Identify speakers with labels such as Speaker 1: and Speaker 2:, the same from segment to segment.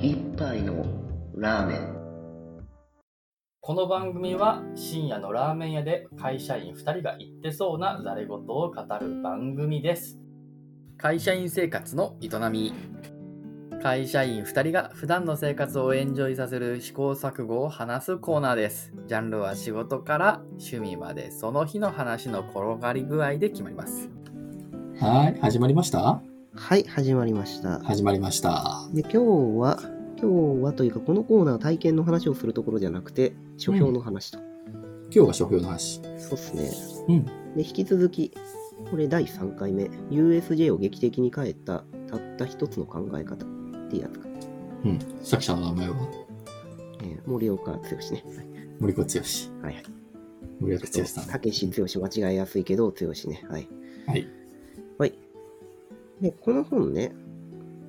Speaker 1: 一杯のラーメン
Speaker 2: この番組は深夜のラーメン屋で会社員2人が言ってそうなざれ言を語る番組です
Speaker 3: 会社員生活の営み
Speaker 2: 会社員2人が普段の生活をエンジョイさせる試行錯誤を話すコーナーですジャンルは仕事から趣味までその日の話の転がり具合で決まります
Speaker 3: はい始まりました
Speaker 1: はい始まりました
Speaker 3: 始まりました
Speaker 1: で今日は今日はというかこのコーナーは体験の話をするところじゃなくて書評の話と、
Speaker 3: 今日が書評の話
Speaker 1: そうっすね
Speaker 3: うん
Speaker 1: で引き続きこれ第3回目 USJ を劇的に変えたたった一つの考え方っていうやつか、
Speaker 3: うん作者の名前は
Speaker 1: えー森岡剛ね
Speaker 3: 森子剛
Speaker 1: はいはい
Speaker 3: 森岡剛さん
Speaker 1: たけし剛間違えやすいけど剛ねはい
Speaker 3: はい
Speaker 1: はい。で、この本ね、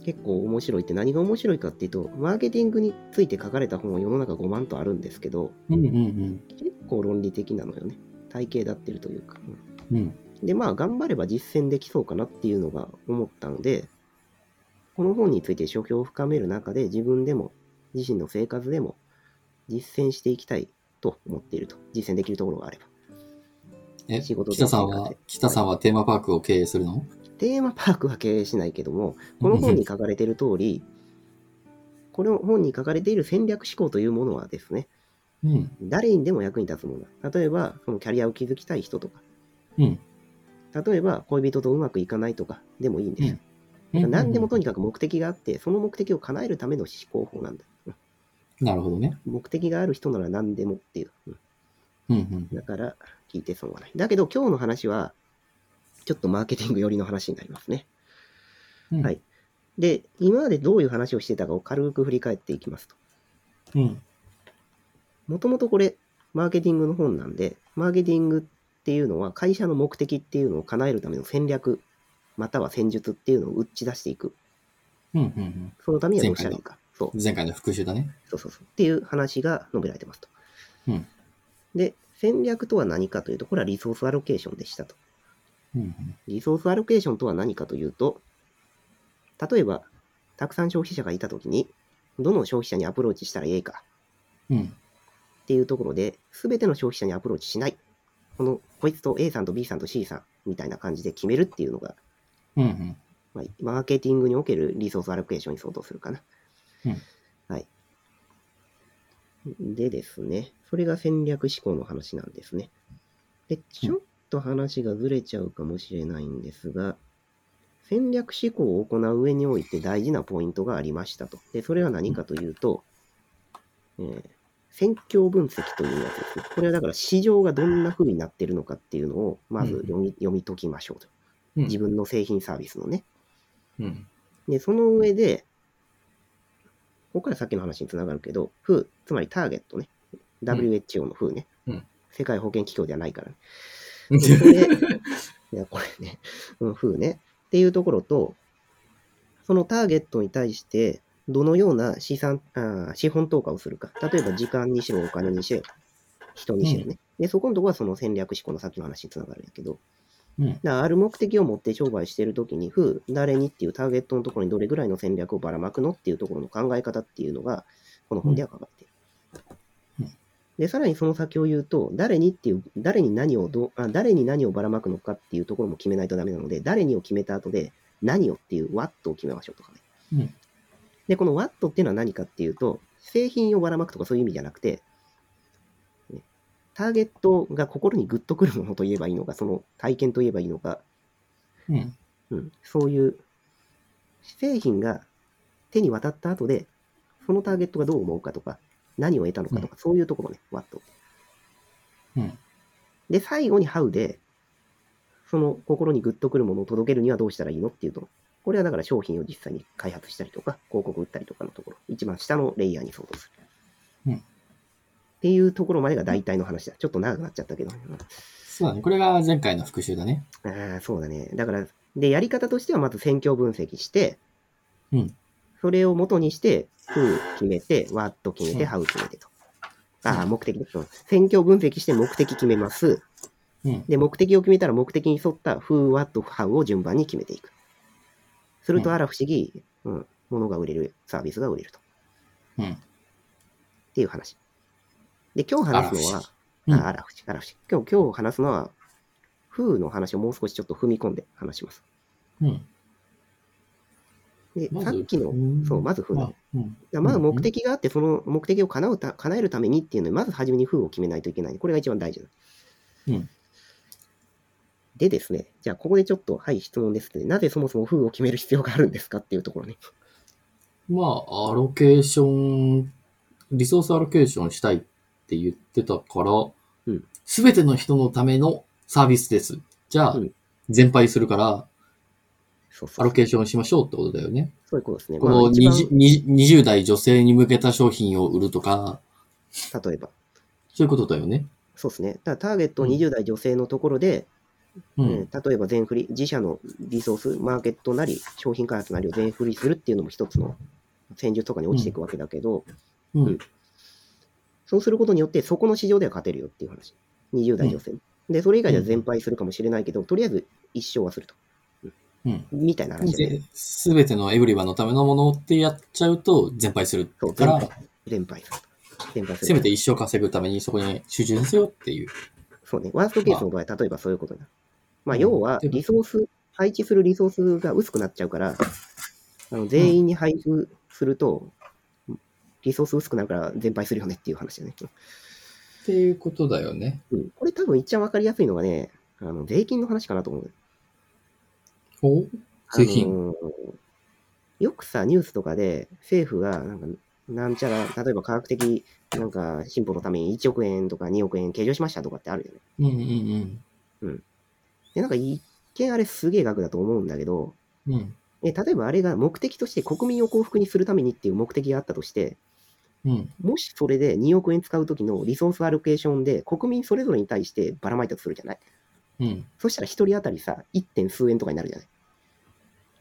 Speaker 1: 結構面白いって何が面白いかっていうと、マーケティングについて書かれた本は世の中5万とあるんですけど、
Speaker 3: うんうん
Speaker 1: 結構論理的なのよね。体系立ってるというか。うん
Speaker 3: うんうん
Speaker 1: で、まあ、頑張れば実践できそうかなっていうのが思ったので、この本について書評を深める中で自分でも自身の生活でも実践していきたいと思っていると。実践できるところがあれば。
Speaker 3: え
Speaker 1: 仕事で
Speaker 3: 北さんは北さんはテーマパークを経営するの
Speaker 1: テーマパークは経営しないけども、この本に書かれている通り、この本に書かれている戦略思考というものはですね、
Speaker 3: うん
Speaker 1: 誰にでも役に立つものだ。例えば、そのキャリアを築きたい人とか、
Speaker 3: うん
Speaker 1: 例えば恋人とうまくいかないとかでもいいんですよ。
Speaker 3: うん
Speaker 1: 何でもとにかく目的があって、その目的を叶えるための思考法なんだ。うん
Speaker 3: なるほどね
Speaker 1: 目的がある人なら何でもっていう。うん
Speaker 3: うんうん
Speaker 1: だから、聞いて損はない。だけど、今日の話は、ちょっとマーケティング寄りの話になりますね。
Speaker 3: うん
Speaker 1: はいで、今までどういう話をしてたかを軽く振り返っていきますと。
Speaker 3: うん
Speaker 1: もともとこれ、マーケティングの本なんで、マーケティングっていうのは会社の目的っていうのを叶えるための戦略、または戦術っていうのを打ち出していく。
Speaker 3: うんうんうん
Speaker 1: そのためにはどうしたらいいか。そう
Speaker 3: 前回の復習だね
Speaker 1: そうそうそう。っていう話が述べられてますと。
Speaker 3: うん
Speaker 1: で、戦略とは何かというと、これはリソースアロケーションでしたと。
Speaker 3: うん
Speaker 1: リソースアロケーションとは何かというと、例えば、たくさん消費者がいたときに、どの消費者にアプローチしたらいいか
Speaker 3: うんうん
Speaker 1: っていうところで、すべての消費者にアプローチしない。この、こいつと A さんと B さんと C さんみたいな感じで決めるっていうのが、
Speaker 3: うんうん
Speaker 1: まあ、マーケティングにおけるリソースアロケーションに相当するかな。
Speaker 3: うん
Speaker 1: はい。でですね、それが戦略思考の話なんですね。で、ちょっと話がずれちゃうかもしれないんですが、戦略思考を行う上において大事なポイントがありましたと。で、それは何かというと、えー戦況分析というやつですね。これはだから市場がどんな風になってるのかっていうのを、まず読み,、読み解きましょうと。
Speaker 3: うん
Speaker 1: 自分の製品サービスのね。
Speaker 3: うん
Speaker 1: で、その上で、ここからさっきの話につながるけど、フー、つまりターゲットね。WHO のフーね。
Speaker 3: うん
Speaker 1: 世界保健機構ではないから ね。
Speaker 3: うん
Speaker 1: でそれでいや、これね、うん、フーね。っていうところと、そのターゲットに対して、どのような資産、あー資本投下をするか。例えば時間にしろ、お金にしろ、人にしろね。で、そこのところはその戦略思考のさっきの話につながるんやけど、
Speaker 3: うん
Speaker 1: だからある目的を持って商売してるときに、ふう、誰にっていうターゲットのところにどれぐらいの戦略をばらまくのっていうところの考え方っていうのが、この本では書かれている。
Speaker 3: うんうん
Speaker 1: で、さらにその先を言うと、誰にっていう、誰に何をどうあ、誰に何をばらまくのかっていうところも決めないとダメなので、誰にを決めた後で、何をっていう what を決めましょうとかね。
Speaker 3: うん
Speaker 1: で、この what っていうのは何かっていうと、製品をばらまくとかそういう意味じゃなくて、ターゲットが心にグッとくるものと言えばいいのか、その体験と言えばいいのか、
Speaker 3: うん
Speaker 1: うん、そういう製品が手に渡った後で、そのターゲットがどう思うかとか、何を得たのかとか、そういうところね、what。
Speaker 3: うん
Speaker 1: で、最後に how で、その心にグッとくるものを届けるにはどうしたらいいのっていうと、これはだから商品を実際に開発したりとか、広告売ったりとかのところ、一番下のレイヤーに相当する。
Speaker 3: うん
Speaker 1: っていうところまでが大体の話だ。ちょっと長くなっちゃったけど。うん
Speaker 3: そうだねこれが前回の復習だね
Speaker 1: ああ、そうだね。だから、で、やり方としてはまず戦況分析して、
Speaker 3: うん
Speaker 1: それを元にして、who 決めて、what 決めて、
Speaker 3: うん
Speaker 1: how 決めてと。ああ、目的ね。うん戦況分析して目的決めます。
Speaker 3: うん
Speaker 1: で、目的を決めたら目的に沿った who, what, how を順番に決めていく。する
Speaker 3: う
Speaker 1: と、
Speaker 3: ん
Speaker 1: あら不思議、うん、物が売れる、サービスが売れると。
Speaker 3: うん。
Speaker 1: っていう話。で、今日話すのは、
Speaker 3: うん
Speaker 1: あ、あらふし、あらふし。今日、今日話すのは、風の話をもう少しちょっと踏み込んで話します。
Speaker 3: うん。
Speaker 1: で、
Speaker 3: まず
Speaker 1: さっきの、
Speaker 3: うん
Speaker 1: そう、まず風
Speaker 3: ま
Speaker 1: ね
Speaker 3: あ、うん。
Speaker 1: だからまず目的があって、その目的を叶うた叶えるためにっていうのに、まず初めに風を決めないといけない。これが一番大事だ。
Speaker 3: うん
Speaker 1: でですね、じゃあここでちょっと、はい、質問ですね。なぜそもそも風を決める必要があるんですかっていうところね。
Speaker 3: まあ、アロケーション、リソースアロケーションしたいって言ってたから
Speaker 1: うん、
Speaker 3: すべ、ての人のためのサービスです。じゃあ、
Speaker 1: うん
Speaker 3: 全廃するから、
Speaker 1: そうそ
Speaker 3: ア
Speaker 1: う
Speaker 3: ロ。ケーションしましょうってことだよね。
Speaker 1: そういうことですね。
Speaker 3: こ
Speaker 1: まあ
Speaker 3: の
Speaker 1: 一番
Speaker 3: 20, 20代女性に向けた商品を売るとか、
Speaker 1: 例えば。
Speaker 3: そういうことだよね。
Speaker 1: そうですね。だからターゲット
Speaker 3: うん
Speaker 1: 20代女性のところで、
Speaker 3: うん。
Speaker 1: えー例えば全振り、自社のリソース、マーケットなり、商品開発なりを全振りするっていうのも一つの戦術とかに落ちていくわけだけど、
Speaker 3: うん。
Speaker 1: うんそうすることによって、そこの市場では勝てるよっていう話。20代女性に。で、それ以外では全敗するかもしれないけど、とりあえず一勝はすると。
Speaker 3: うん。
Speaker 1: みたいな話で、
Speaker 3: すべてのエブリバンのためのものってやっちゃうと、全廃する
Speaker 1: そう
Speaker 3: か
Speaker 1: 全
Speaker 3: ら、
Speaker 1: 敗全敗すると。全敗する。
Speaker 3: せめて一生稼ぐためにそこに集中せよっていう。
Speaker 1: そうね。ワーストケースの場合、例えばそういうことになる。まあ、
Speaker 3: うん
Speaker 1: 要は、
Speaker 3: ということ
Speaker 1: リソース、配置するリソースが薄くなっちゃうから、あの全員に配布すると、リソース薄くなるから全敗するよねっていう話だね。
Speaker 3: っていうことだよね。
Speaker 1: うん、これ多分一番わかりやすいのがね、あの税金の話かなと思う。
Speaker 3: ほう製品。
Speaker 1: あのーよくさ、ニュースとかで政府がなんか、なんちゃら、例えば科学的なんか進歩のために1億円とか2億円計上しましたとかってあるよね。
Speaker 3: うんうん
Speaker 1: で、なんか一見あれすげえ額だと思うんだけど、
Speaker 3: うん。うん。
Speaker 1: え例えばあれが目的として国民を幸福にするためにっていう目的があったとして、
Speaker 3: うん。
Speaker 1: もしそれで2億円使う時のリソースアロケーションで国民それぞれに対してばらまいたとするじゃない
Speaker 3: うん。
Speaker 1: そしたら1人当たりさ、1. 点数円とかになるじゃない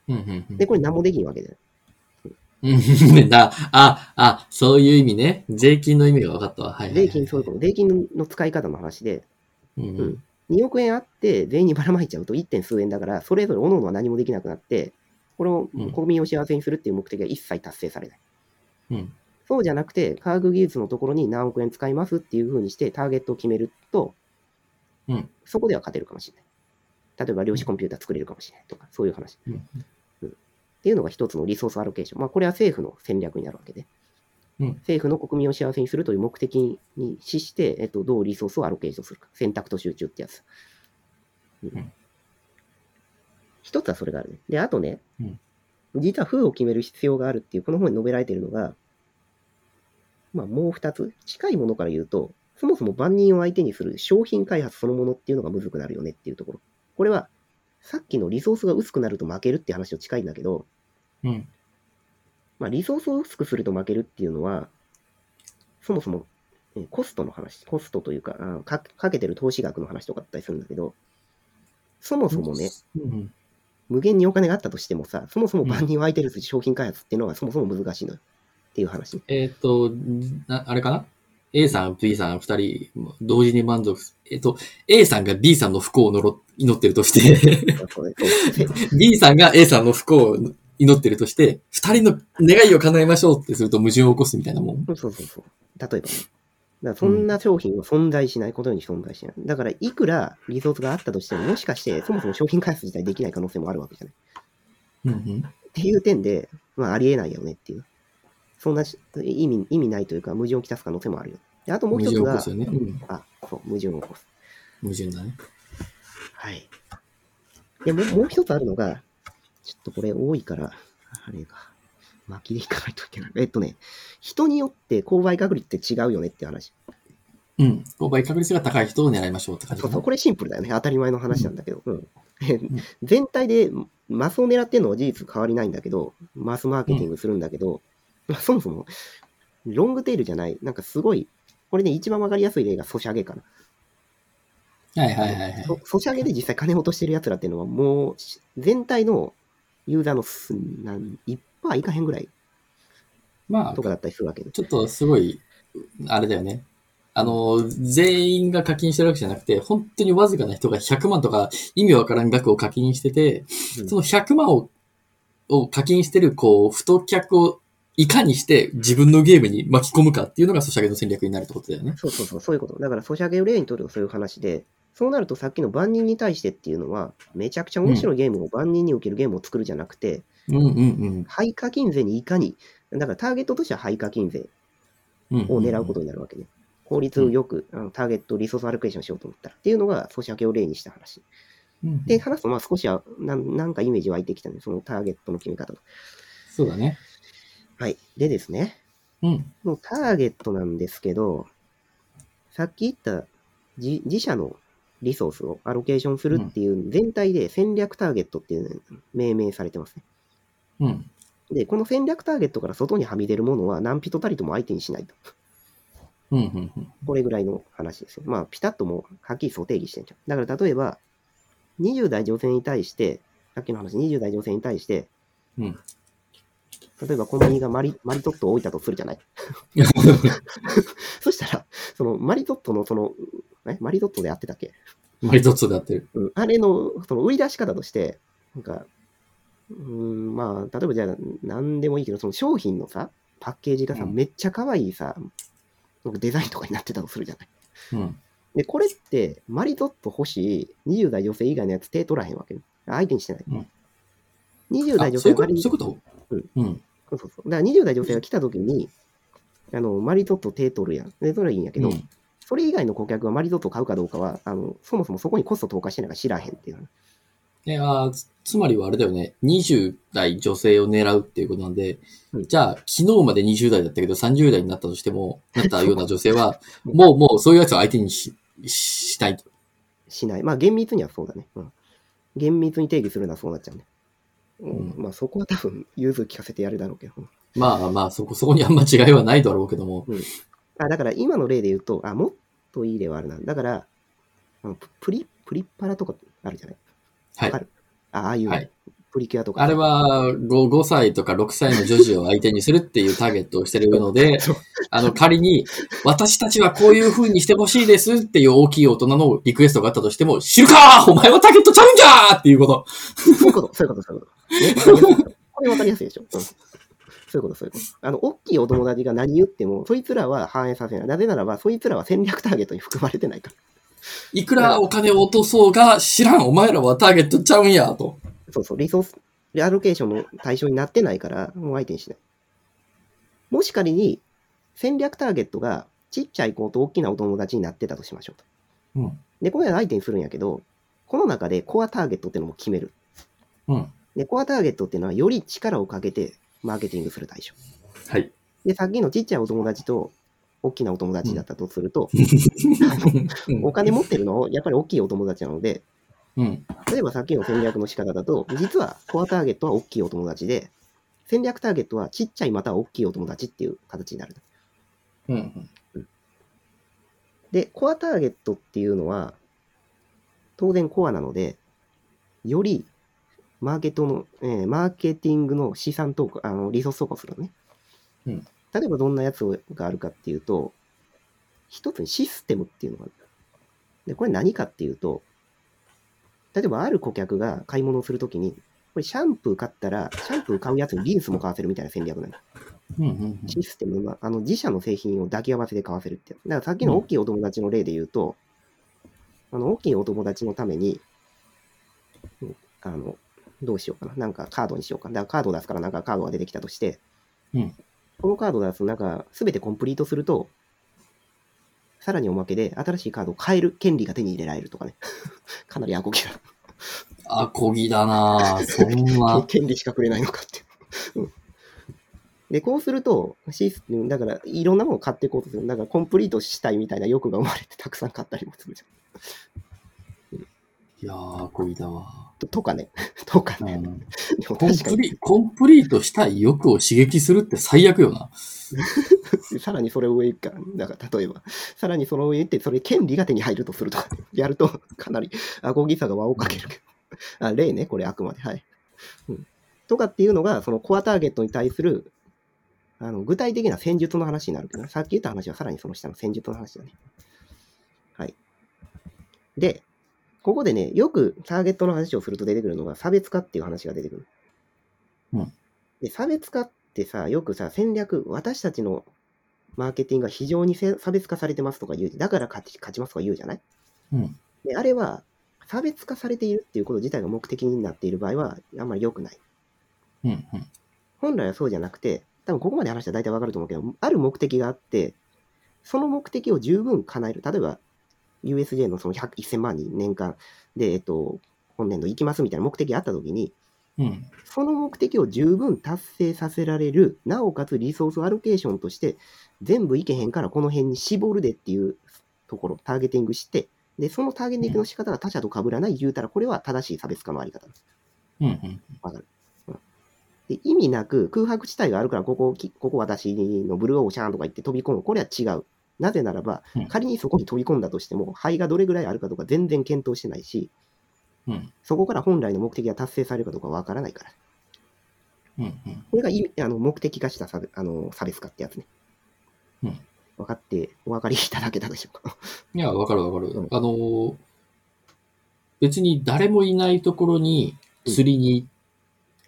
Speaker 3: うんうんうん。
Speaker 1: で、これ何もできんわけじゃない
Speaker 3: うん。だ、 あ、あ、そういう意味ね。税金の意味が分かったわ。はいはい、はい。
Speaker 1: 税金、そういうこと。税金の使い方の話で、
Speaker 3: うん
Speaker 1: う
Speaker 3: うんん。
Speaker 1: 2億円あって、全員にばらまいちゃうと 1. 点数円だから、それぞれ各々は何もできなくなって、これを
Speaker 3: うん
Speaker 1: 国民を幸せにするっていう目的が一切達成されない。
Speaker 3: うん。
Speaker 1: そうじゃなくて、科学技術のところに何億円使いますっていうふうにして、ターゲットを決めると、
Speaker 3: うん
Speaker 1: そこでは勝てるかもしれない。例えば、量子コンピューター作れるかもしれないとか、そういう話。
Speaker 3: うん
Speaker 1: うんっていうのが一つのリソースアロケーション。まあ、これは政府の戦略になるわけで。
Speaker 3: うん
Speaker 1: 政府の国民を幸せにするという目的に資して、えっと、どうリソースをアロケーションするか。選択と集中ってやつ。うん
Speaker 3: うん
Speaker 1: 一つはそれがあるね。で、あとね、
Speaker 3: うん
Speaker 1: 実は風を決める必要があるっていう、この本に述べられているのが、まあ、もう二つ、近いものから言うと、そもそも万人を相手にする商品開発そのものっていうのがむずくなるよねっていうところ。これは、さっきのリソースが薄くなると負けるって話と近いんだけど、
Speaker 3: うん。
Speaker 1: まあ、リソースを薄くすると負けるっていうのは、そもそもえーコストの話、コストというか、あかかけてる投資額の話とかだったりするんだけど、そもそもね、
Speaker 3: うん。
Speaker 1: 無限にお金があったとしてもさ、そもそも万人を相手にする商品開発っていうのはそもそも難しいのよっていう話。
Speaker 3: えっ、と、なあれかな ?A さん、B さん、二人、同時に満足す。えっ、と、A さんが B さんの不幸をのろ祈ってるとして、
Speaker 1: そうねそう
Speaker 3: B さんが A さんの不幸を祈ってるとして、二人の願いを叶えましょうってすると矛盾を起こすみたいなもん。
Speaker 1: そうそうそうそう。例えばね。だからそんな商品は存在しない、このように存在しない。だから、いくらリソースがあったとしても、もしかして、そもそも商品開発自体できない可能性もあるわけじゃない。
Speaker 3: うんうん。
Speaker 1: っていう点で、まあ、ありえないよねっていう。そんなし意味意味ないというか、矛盾をきたす可能性もあるよ。であとも
Speaker 3: 矛
Speaker 1: う一つ
Speaker 3: 盾を起こ
Speaker 1: が
Speaker 3: す、よね。うん。
Speaker 1: あ、そう、矛盾を起こす。
Speaker 3: 矛盾だね。
Speaker 1: はい。でもう、もう一つあるのが、ちょっとこれ多いから、あれか。巻きでいかないといけない。えっとね、人によって購買確率って違うよねっていう話。
Speaker 3: うん。購買確率が高い人を狙いましょうって感じ
Speaker 1: そ
Speaker 3: か
Speaker 1: う
Speaker 3: な
Speaker 1: そう、これシンプルだよね。当たり前の話なんだけど。うん
Speaker 3: ん
Speaker 1: 全体でマスを狙ってるのは事実変わりないんだけど、マスマーケティングするんだけど、まあそもそも、ロングテールじゃない、なんかすごい、これね、一番わかりやすい例がソシャゲかな。
Speaker 3: はいはいはいはい。
Speaker 1: そソシャゲで実際金落としてる奴らっていうのは、もうし、全体のユーザーのすなん1%いかへんぐらい
Speaker 3: まあ
Speaker 1: と、かだったりするわけで。
Speaker 3: ちょっとすごい、あれだよね。あの、全員が課金してるわけじゃなくて、本当にわずかな人が100万とか意味わからん額を課金してて、
Speaker 1: うん
Speaker 3: その100万をを課金してる、こう、太客をいかにして自分のゲームに巻き込むかっていうのがソシャゲの戦略になるってことだよね。
Speaker 1: そうそうそう、そういうこと。だから、ソシャゲを例にとるとそういう話で、そうなるとさっきの万人に対してっていうのは、めちゃくちゃ面白いゲームを万人に受けるゲームを作るじゃなくて、
Speaker 3: うんうん
Speaker 1: 廃課金税にいかに、だからターゲットとしては廃課金税
Speaker 3: うん。うん
Speaker 1: を狙うことになるわけね。効率をよく、あのターゲット、リソースアロケーションしようと思ったらっていうのが、ソシャゲを例にした話。
Speaker 3: うん
Speaker 1: で、話すと、まあ少しはなん、なんかイメージ湧いてきたね、そのターゲットの決め方の。
Speaker 3: そうだね。
Speaker 1: はい。でですね、
Speaker 3: うん。
Speaker 1: もうターゲットなんですけど、さっき言った自自社のリソースをアロケーションするっていう全体で戦略ターゲットっていうのが命名されてますね。
Speaker 3: うん。
Speaker 1: で、この戦略ターゲットから外にはみ出るものは何人たりとも相手にしないと。
Speaker 3: うんう んうん。
Speaker 1: これぐらいの話ですよ。まあ、ピタッともうはっきりそう定義してんじゃん。だから例えば、20代女性に対して、さっきの話、20代女性に対して、
Speaker 3: うん
Speaker 1: 例えばコンビニがマリマリトットを置いたとするじゃない。そしたら、そのマリトットのその、えマリトットでやってたっけ、
Speaker 3: マリトッツォでやってる。
Speaker 1: うん、あれのその売り出し方として、なんか、うーん、まあ、例えばじゃあ、なんでもいいけど、その商品のさ、パッケージがさ、
Speaker 3: うん
Speaker 1: めっちゃ可愛いさ、なんかデザインとかになってたとするじゃない。
Speaker 3: うん。
Speaker 1: で、これって、マリトット欲しい20代女性以外のやつ手取らへんわけ。相手にしてない。
Speaker 3: うん
Speaker 1: 20代
Speaker 3: あ
Speaker 1: 女性
Speaker 3: そういうこ
Speaker 1: マ
Speaker 3: と
Speaker 1: リ
Speaker 3: そういうこと
Speaker 1: うん
Speaker 3: うん。
Speaker 1: そうそうそうだから20代女性が来た時に、あの、マリトット手取るやん。で、それはいいんやけど、
Speaker 3: うん
Speaker 1: それ以外の顧客がマリゾットを買うかどうかは、あのそもそもそこにコスト投下してないから知らへんっていう。
Speaker 3: えあーつつまりはあれだよね。20代女性を狙うっていうことなんで、
Speaker 1: うん
Speaker 3: じゃあ、昨日まで20代だったけど、30代になったとしても、なったような女性は、 もう、もう、そういうやつを相手にし、ししたいと。
Speaker 1: しない。まあ厳密にはそうだね。うん、厳密に定義するのはそうなっちゃうね。うん
Speaker 3: う
Speaker 1: まあそこは多分融通聞かせてやるだろうけど。うん
Speaker 3: まあまあ、そこ、そこにあんま違いはないだろうけども。
Speaker 1: あだから今の例で言うと、あ、もっといい例はあるな。だから、あのププリ、プリッパラとかあるじゃない
Speaker 3: はい
Speaker 1: わか。るあああいう、
Speaker 3: はい
Speaker 1: プリキュアとか。
Speaker 3: あれは5、5歳とか6歳の女児を相手にするっていうターゲットをしてるの で
Speaker 1: そう、
Speaker 3: あの、仮に、私たちはこういう風にしてほしいですっていう大きい大人のリクエストがあったとしても、知るかお前はターゲットちゃうんじゃーっていうこと。
Speaker 1: そういうこと、そういうこと、そういうこと。ねわかりやすいこれ分かりやすいでしょ。うんそういうこと、そういうこと。あの、大きいお友達が何言っても、そいつらは反映させない。なぜならば、そいつらは戦略ターゲットに含まれてないから。
Speaker 3: いくらお金を落とそうが、知らんお前らはターゲットちゃうんやと。
Speaker 1: そうそう、リソース、アロケーションの対象になってないから、もう相手にしない。もし仮に、戦略ターゲットが、ちっちゃい子と大きなお友達になってたとしましょうと。
Speaker 3: うん。
Speaker 1: で、これは相手にするんやけど、この中でコアターゲットっていうのも決める。
Speaker 3: うん。
Speaker 1: で、コアターゲットっていうのは、より力をかけて、マーケティングする対象。
Speaker 3: はい。
Speaker 1: で、さっきのちっちゃいお友達と、大きなお友達だったとすると、
Speaker 3: うん
Speaker 1: お金持ってるのをやっぱり大きいお友達なので、
Speaker 3: うん。
Speaker 1: 例えばさっきの戦略の仕方だと、実はコアターゲットは大きいお友達で、戦略ターゲットはちっちゃいまたは大きいお友達っていう形になる。
Speaker 3: うん。
Speaker 1: で、コアターゲットっていうのは、当然コアなので、よりマーケットの、えーマーケティングの資産投下、あのリソース投下をするのね。
Speaker 3: うん
Speaker 1: 例えばどんなやつがあるかっていうと、一つにシステムっていうのがある。で、これ何かっていうと、例えばある顧客が買い物をするときに、これシャンプー買ったら、シャンプー買うやつにリンスも買わせるみたいな戦略なの。
Speaker 3: うん。うん。
Speaker 1: システムは、あの、自社の製品を抱き合わせで買わせるってやつ。だからさっきの大きいお友達の例で言うと、あの、大きいお友達のために、うんあの、どうしようかな。なんかカードにしようかな。だからカード出すからなんかカードが出てきたとして、
Speaker 3: うん
Speaker 1: このカード出すとなんか全てコンプリートすると、さらにおまけで新しいカードを買える権利が手に入れられるとかね。 かなりアコギ
Speaker 3: あ、こぎだなぁ。そん
Speaker 1: な
Speaker 3: な。
Speaker 1: 権利しかくれないのかって。うんで、こうすると、システム、だから、いろんなものを買っていこうとする。だから、コンプリートしたいみたいな欲が生まれて、たくさん買ったりもするじゃん。
Speaker 3: いやー、こぎだわ。
Speaker 1: ととかね。 とか
Speaker 3: う
Speaker 1: ね。
Speaker 3: ん
Speaker 1: でも
Speaker 3: コン
Speaker 1: 確か
Speaker 3: プリ、コンプリートしたい欲を刺激するって最悪よな。
Speaker 1: に、 さらにそれを上行くから、だから、例えば、さらにその上行って、それ権利が手に入るとするとかね、 やると、かなり、アコギさが輪をかけるけど。あ、例ね、これ、あくまで。はい。うん、とかっていうのが、そのコアターゲットに対する、あの具体的な戦術の話になるけどね、さっき言った話はさらにその下の戦術の話だね。はい。で、ここでね、よくターゲットの話をすると出てくるのが差別化っていう話が出てくる。
Speaker 3: うん
Speaker 1: で差別化っってさ、よくさ、戦略、私たちのマーケティングが非常にせ差別化されてますとか言う、だから勝ち勝ちますとか言うじゃない
Speaker 3: うん。
Speaker 1: であれは、差別化されているっていうこと自体が目的になっている場合は、あんまり良くない。
Speaker 3: うん。うん。
Speaker 1: 本来はそうじゃなくて、多分ここまで話したら大体わかると思うけど、ある目的があって、その目的を十分叶える。例えば、USJ のその100 1000万人年間で、えっと、今年度行きますみたいな目的があったときに、
Speaker 3: うん。
Speaker 1: その目的を十分達成させられる、なおかつリソースアロケーションとして、全部いけへんからこの辺に絞るでっていうところ、ターゲティングして、で、そのターゲティングの仕方が他者と被らない言うたら、これは正しい差別化のあり方。
Speaker 3: うん。うん。
Speaker 1: で意味なく空白地帯があるから、ここ、きここ私のブルーオーシャンとか言って飛び込む。これは違う。なぜならば
Speaker 3: うん、
Speaker 1: 仮にそこに飛び込んだとしても、肺がどれぐらいあるかとか全然検討してないし、
Speaker 3: うん。
Speaker 1: そこから本来の目的が達成されるかどうかわからないから。
Speaker 3: うん。うん。
Speaker 1: これが意味あの目的化した差別あの差別化ってやつね。
Speaker 3: うん
Speaker 1: 分かって、お分かりいただけたでしょうか。
Speaker 3: いや、わかるわかる。
Speaker 1: うん
Speaker 3: あのー別に誰もいないところに釣りに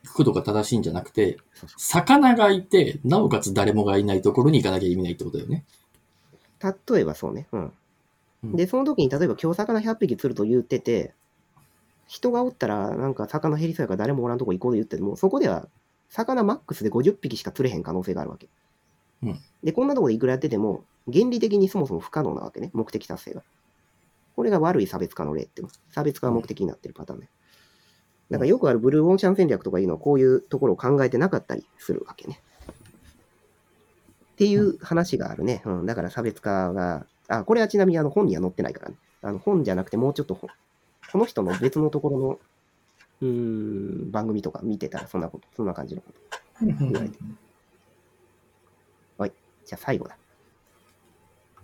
Speaker 3: 行くことが正しいんじゃなくて、
Speaker 1: そうそ
Speaker 3: 魚がいて、なおかつ誰もがいないところに行かなきゃ意味ないってことだよね。
Speaker 1: う例えばそうね。うん。
Speaker 3: うん
Speaker 1: で、その時に、例えば、今日魚100匹釣ると言ってて、人がおったら、なんか魚減りそうやから誰もおらんとこ行こうで言ってても、そこでは、魚マックスで50匹しか釣れへん可能性があるわけ。
Speaker 3: うん
Speaker 1: で、こんなとこでいくらやってても、原理的にそもそも不可能なわけね、目的達成が。これが悪い差別化の例っていうの、差別化が目的になってるパターンね。だからよくあるブルーオーシャン戦略とかいうのは、こういうところを考えてなかったりするわけね。っていう話があるね。うん、だから差別化が、あ、これはちなみにあの本には載ってないからね。あの本じゃなくて、もうちょっとほこの人の別のところの、うーん、番組とか見てたら、そんなこと、そんな感じのこと。じゃあ最後だ。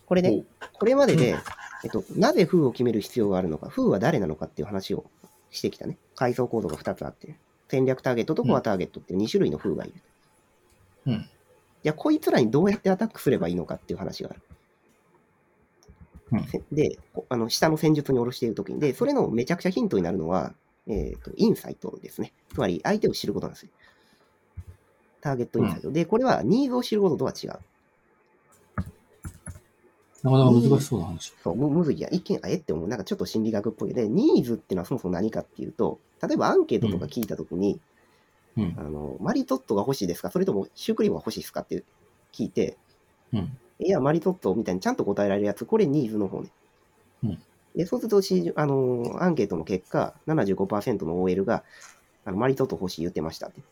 Speaker 1: これね、これまでで、えっと、なぜ風を決める必要があるのか、風は誰なのかっていう話をしてきたね。階層構造が2つあって、戦略ターゲットとコアターゲットっていう2種類の風がいる。
Speaker 3: うん
Speaker 1: じゃあ、こいつらにどうやってアタックすればいいのかっていう話がある。
Speaker 3: うん
Speaker 1: せで、こあの下の戦術に下ろしているときに、で、それのめちゃくちゃヒントになるのは、えっとインサイトですね。つまり、相手を知ることなんですよ。ターゲットインサイト。で、これはニーズを知ることとは違う。
Speaker 3: なかなか難しそうな話。
Speaker 1: そう、むむずいや、一見、あえって思う。なんかちょっと心理学っぽいで、ニーズっていうのはそもそも何かっていうと、例えばアンケートとか聞いたときに、
Speaker 3: うん
Speaker 1: あ。の、マリトットが欲しいですかそれともシュークリームが欲しいですかって聞いて、
Speaker 3: うん。
Speaker 1: いや、マリトットみたいにちゃんと答えられるやつ、これニーズの方ね。
Speaker 3: うん
Speaker 1: で、そうするとし、あの、アンケートの結果、75%の OL が、あのマリトット欲しい言ってましたって。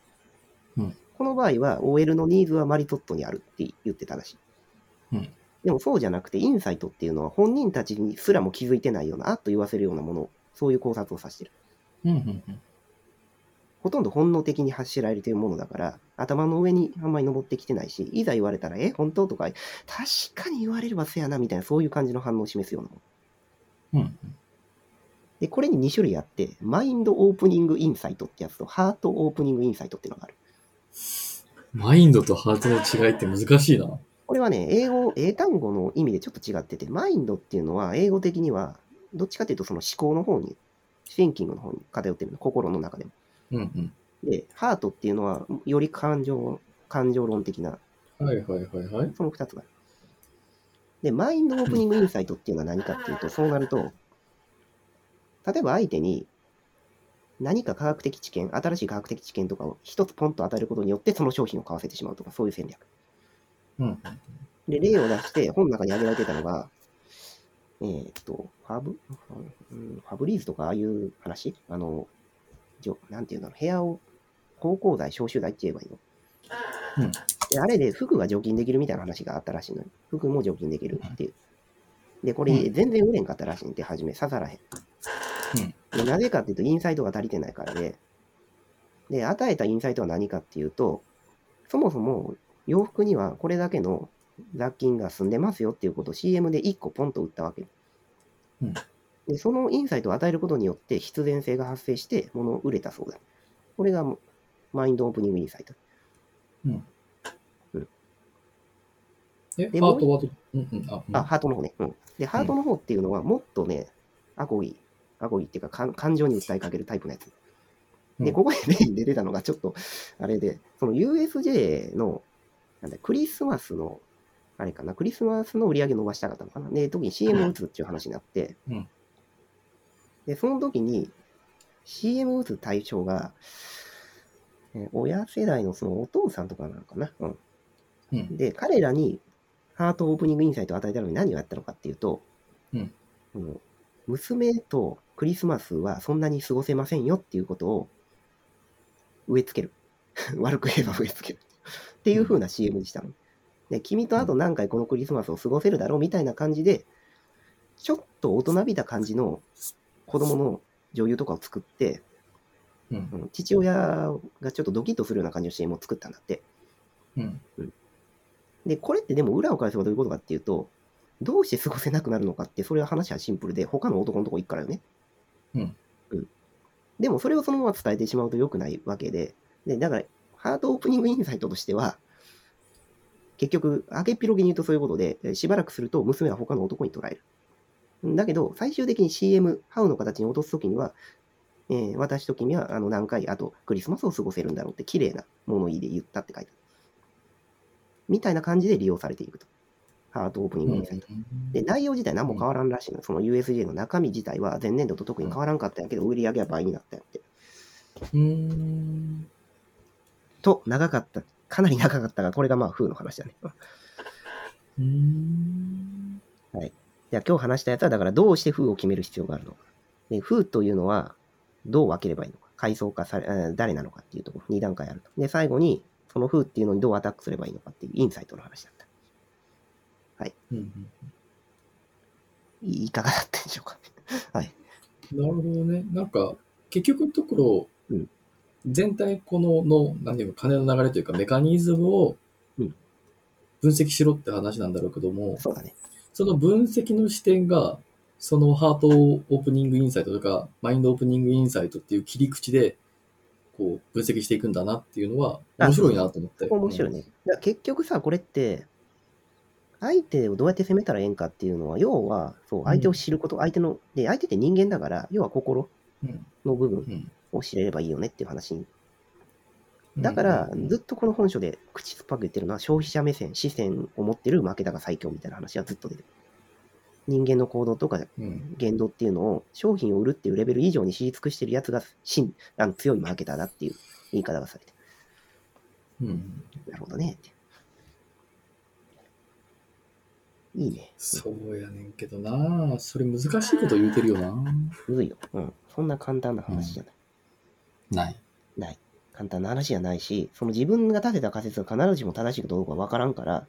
Speaker 3: うん
Speaker 1: この場合は、OL のニーズはマリトットにあるって言ってたらしい。
Speaker 3: うん
Speaker 1: でもそうじゃなくて、インサイトっていうのは本人たちにすらも気づいてないような、あっと言わせるようなものを、そういう考察を指してる。
Speaker 3: うん。うん。うん
Speaker 1: ほとんど本能的に発しられているものだから、頭の上にあんまり登ってきてないし、いざ言われたら、え、本当とか、確かに言われればせやな、みたいな、そういう感じの反応を示すようなもの。
Speaker 3: うん。
Speaker 1: で、これに2種類あって、マインドオープニングインサイトってやつと、ハートオープニングインサイトっていうのがある。
Speaker 3: マインドとハートの違いって難しいな。
Speaker 1: これはね、英語、英単語の意味でちょっと違ってて、マインドっていうのは、英語的には、どっちかというとその思考の方に、シンキングの方に偏ってるの、心の中でも。
Speaker 3: うん
Speaker 1: で、ハートっていうのは、より感情、感情論的な
Speaker 3: うん。はいはいはいはい。
Speaker 1: その2つがある。で、マインドオープニングインサイトっていうのは何かっていうと、そうなると、例えば相手に何か科学的知見、新しい科学的知見とかを一つポンと与えることによって、その商品を買わせてしまうとか、そういう戦略。
Speaker 3: うん。
Speaker 1: で、例を出して、本の中に挙げられてたのが、えーっと、ファブ、うんファブリーズとか、ああいう話あの、じょなんていうんだろう、部屋を、芳香剤、消臭剤って言えばいいの。
Speaker 3: うん
Speaker 1: であれで服が除菌できるみたいな話があったらしいのよ。服も除菌できるっていう。で、これ、全然売れんかったらしいんで、初め、刺さらへん。でなぜかっていうと、インサイトが足りてないからで、で、与えたインサイトは何かっていうと、そもそも洋服にはこれだけの雑菌が住んでますよっていうことを CM で1個ポンと売ったわけ。
Speaker 3: うん
Speaker 1: で、そのインサイトを与えることによって必然性が発生して、物を売れたそうだ。これがもうマインドオープニングインサイト。
Speaker 3: え、ハ
Speaker 1: でもう
Speaker 3: ートはどうんうん。あ、うん
Speaker 1: あ、ハートの方ね。うん。で、ハートの方っていうのはもっとね、アコギ、アコギっていうかかん感情に訴えかけるタイプのやつ。
Speaker 2: う
Speaker 1: で、
Speaker 2: ん
Speaker 1: ここで例に出てたのがちょっと、あれで、その USJ の、なんだ、クリスマスの、あれかな、クリスマスの売り上げ伸ばしたかったのかな。で、時に CM 打つっていう話になって、
Speaker 3: うん
Speaker 1: で、その時に CM 打つ対象が、えー親世代のそのお父さんとかなのかな。うん。
Speaker 3: うん。
Speaker 1: で、彼らにハートオープニングインサイトを与えたのに何をやったのかっていうと、
Speaker 3: うん
Speaker 1: その娘とクリスマスはそんなに過ごせませんよっていうことを植え付ける。 悪く言えば植え付ける。っていう風な CM にしたの。で、君とあと何回このクリスマスを過ごせるだろうみたいな感じで、ちょっと大人びた感じの子供の女優とかを作って、
Speaker 3: うん
Speaker 1: う。ん父親がちょっとドキッとするような感じの CM を作ったんだって。
Speaker 3: うん。
Speaker 1: で、これってでも裏を返せばどういうことかっていうと、どうして過ごせなくなるのかって、それは話はシンプルで、他の男のとこ行くからよね。
Speaker 3: うん。
Speaker 1: うん。でも、それをそのまま伝えてしまうと良くないわけで、で、だから、ハートオープニングインサイトとしては、結局、明けっぴろげに言うとそういうことで、えしばらくすると娘は他の男に捉える。だけど、最終的に CM、ハウの形に落とすときには、えー私と君はあの何回、あとクリスマスを過ごせるんだろうって綺麗な物言いで言ったって書いてある。みたいな感じで利用されていくと。ハートオープニングインサイト。で、内容自体何も変わらんらしいの。その USJ の中身自体は前年度と特に変わらんかったんやけど、売り上げは倍になったんやって。
Speaker 3: うん。
Speaker 1: と、長かった。かなり長かったが、これがまあ、風の話だね。
Speaker 3: うん。
Speaker 1: じゃあ今日話したやつは、だからどうして風を決める必要があるのか。で、風というのは、どう分ければいいのか。階層化され、えー誰なのかっていうところ、2段階あると。で、最後に、その風っていうのにどうアタックすればいいのかっていうインサイトの話だった。
Speaker 3: うん
Speaker 1: いいかがだったでしょうか。はい。
Speaker 3: なるほどね。なんか、結局のとこ
Speaker 1: う
Speaker 3: ろ、
Speaker 1: ん
Speaker 3: 全体この、の、なんていうの、金の流れというか、メカニズムを
Speaker 1: うん
Speaker 3: 分析しろって話なんだろうけども、
Speaker 1: そうだね。
Speaker 3: その分析の視点が、そのハートオープニングインサイトとか、マインドオープニングインサイトっていう切り口で、こう、分析していくんだなっていうのは、
Speaker 1: あ
Speaker 3: 面白いなと思って。
Speaker 1: 面白いね。だから結局さ、これって、相手をどうやって攻めたらええんかっていうのは、要は、そう、相手を知ること、相手の、で、相手って人間だから、要は心
Speaker 3: うん。
Speaker 1: の部
Speaker 3: う
Speaker 1: 分
Speaker 3: ん。
Speaker 1: を知れればいいよねっていう話に
Speaker 3: うん。
Speaker 1: だから
Speaker 3: う、ん
Speaker 1: ずっとこの本書で口酸っぱく言ってるのは、消費者目線、視線を持ってる負けたが最強みたいな話はずっと出てる。人間の行動とか
Speaker 3: うん。
Speaker 1: 言動っていうのを、商品を売るっていうレベル以上に知り尽くしてるやつが真あの強いマーケターだっていう言い方がされて
Speaker 3: うん。
Speaker 1: る。なるほどねって。いいね。
Speaker 3: そうやねんけどなそれ難しいこと言うてるよな
Speaker 1: むずいよ。うん。そんな簡単な話じゃない。
Speaker 3: ない。
Speaker 1: 簡単な話じゃないし、その自分が立てた仮説が必ずしも正しいかどうかわからんから、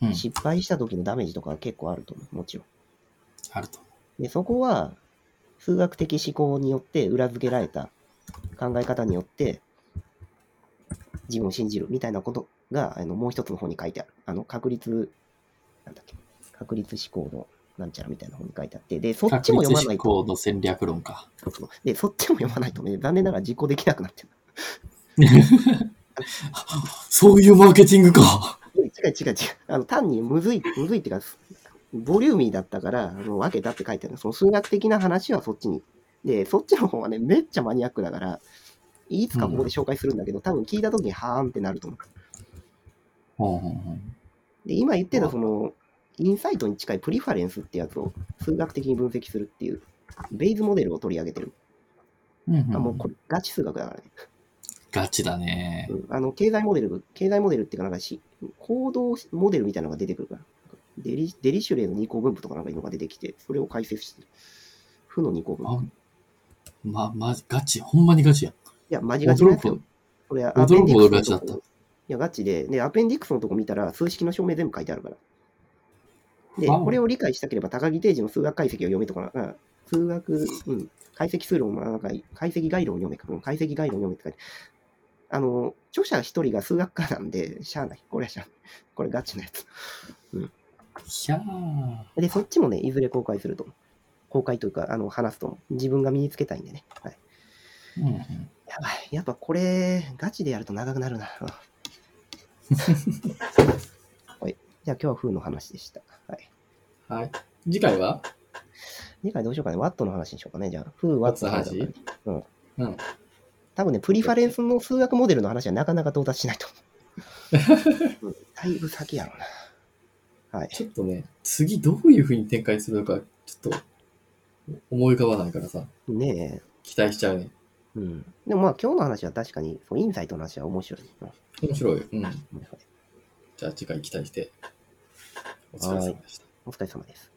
Speaker 3: うん。
Speaker 1: 失敗した時のダメージとかは結構あると思う。もちろん。
Speaker 3: あると。
Speaker 1: で、そこは、数学的思考によって裏付けられた考え方によって、自分を信じるみたいなことが、あの、もう一つの方に書いてある。あの、確率、なんだっけ、確率思考のなんちゃらみたいな方に書いてあって、で、そっちも読まない
Speaker 3: 確率思
Speaker 1: と、
Speaker 3: 考の戦略論か。
Speaker 1: そうそうで、そっちも読まないとね、残念ながら実行できなくなってる。
Speaker 3: そういうマーケティングか。
Speaker 1: 違う違う違う。あの、単にむずい、むずいっていうか、ボリューミーだったから、あの分けたって書いてある。その数学的な話はそっちに。で、そっちの方はね、めっちゃマニアックだから、いつかここで紹介するんだけど、多分聞いた時にはーんってなると思
Speaker 3: ほうほうほう
Speaker 1: う。で、今言ってたその、インサイトに近いプリファレンスってやつを数学的に分析するっていう、ベイズモデルを取り上げてる。
Speaker 3: うんうん
Speaker 1: あもうこれ、ガチ数学だからね。
Speaker 3: ガチだね
Speaker 1: う。んあの、経済モデル、経済モデルっていうか、なんかし、行動モデルみたいなのが出てくるから、デリデリシュレの二項分布とかなんかいうのが出てきて、それを解説してる。負の二項分布。い
Speaker 3: あま、ま、ガチ。ほんまにガチや。
Speaker 1: や、マジガチな
Speaker 3: 驚
Speaker 1: や
Speaker 3: く
Speaker 1: つ
Speaker 3: ほ
Speaker 1: よ
Speaker 3: ど。。
Speaker 1: これ、
Speaker 3: 驚くほどガチだった
Speaker 1: いや、ガチで、で、アペンディクスのとこ見たら、数式の証明全部書いてあるから。で、
Speaker 3: わお
Speaker 1: これを理解したければ、高木定時の数学解析を読めとかな、あ数学、うん、解析数論、なんか解析概論を読めか、うん解析概論を読めって書いてあるあの、著者一人が数学家なんで、しゃあない。これはしゃあない。これガチなやつ。
Speaker 3: ひゃー。
Speaker 1: で、そっちもね、いずれ公開すると思う。公開というか、あの、話すと思う。自分が身につけたいんでね。はい。
Speaker 3: うんうん
Speaker 1: やばい。やっぱこれ、ガチでやると長くなるな。はい。じゃあ今日は風の話でした。はい。
Speaker 3: はい。次回は
Speaker 1: 次回どうしようかね。ワットの話にしようかね。じゃあ、風、ワットの話だからね。
Speaker 3: うん。
Speaker 1: 多分ね、プリファレンスの数学モデルの話はなかなか到達しないと思う。うんだいぶ先やろな。はい。
Speaker 3: ちょっとね、次どういう風に展開するのか、ちょっと思い浮かばないからさ、
Speaker 1: ね
Speaker 3: 期待しちゃうね。
Speaker 1: え。うん。でもまあ今日の話は確かに、そうインサイトの話は面白い。うん
Speaker 3: 面白い。うん。
Speaker 1: 面白い
Speaker 3: じゃあ次回期待して、お疲れ様でした。
Speaker 1: お疲れ様です。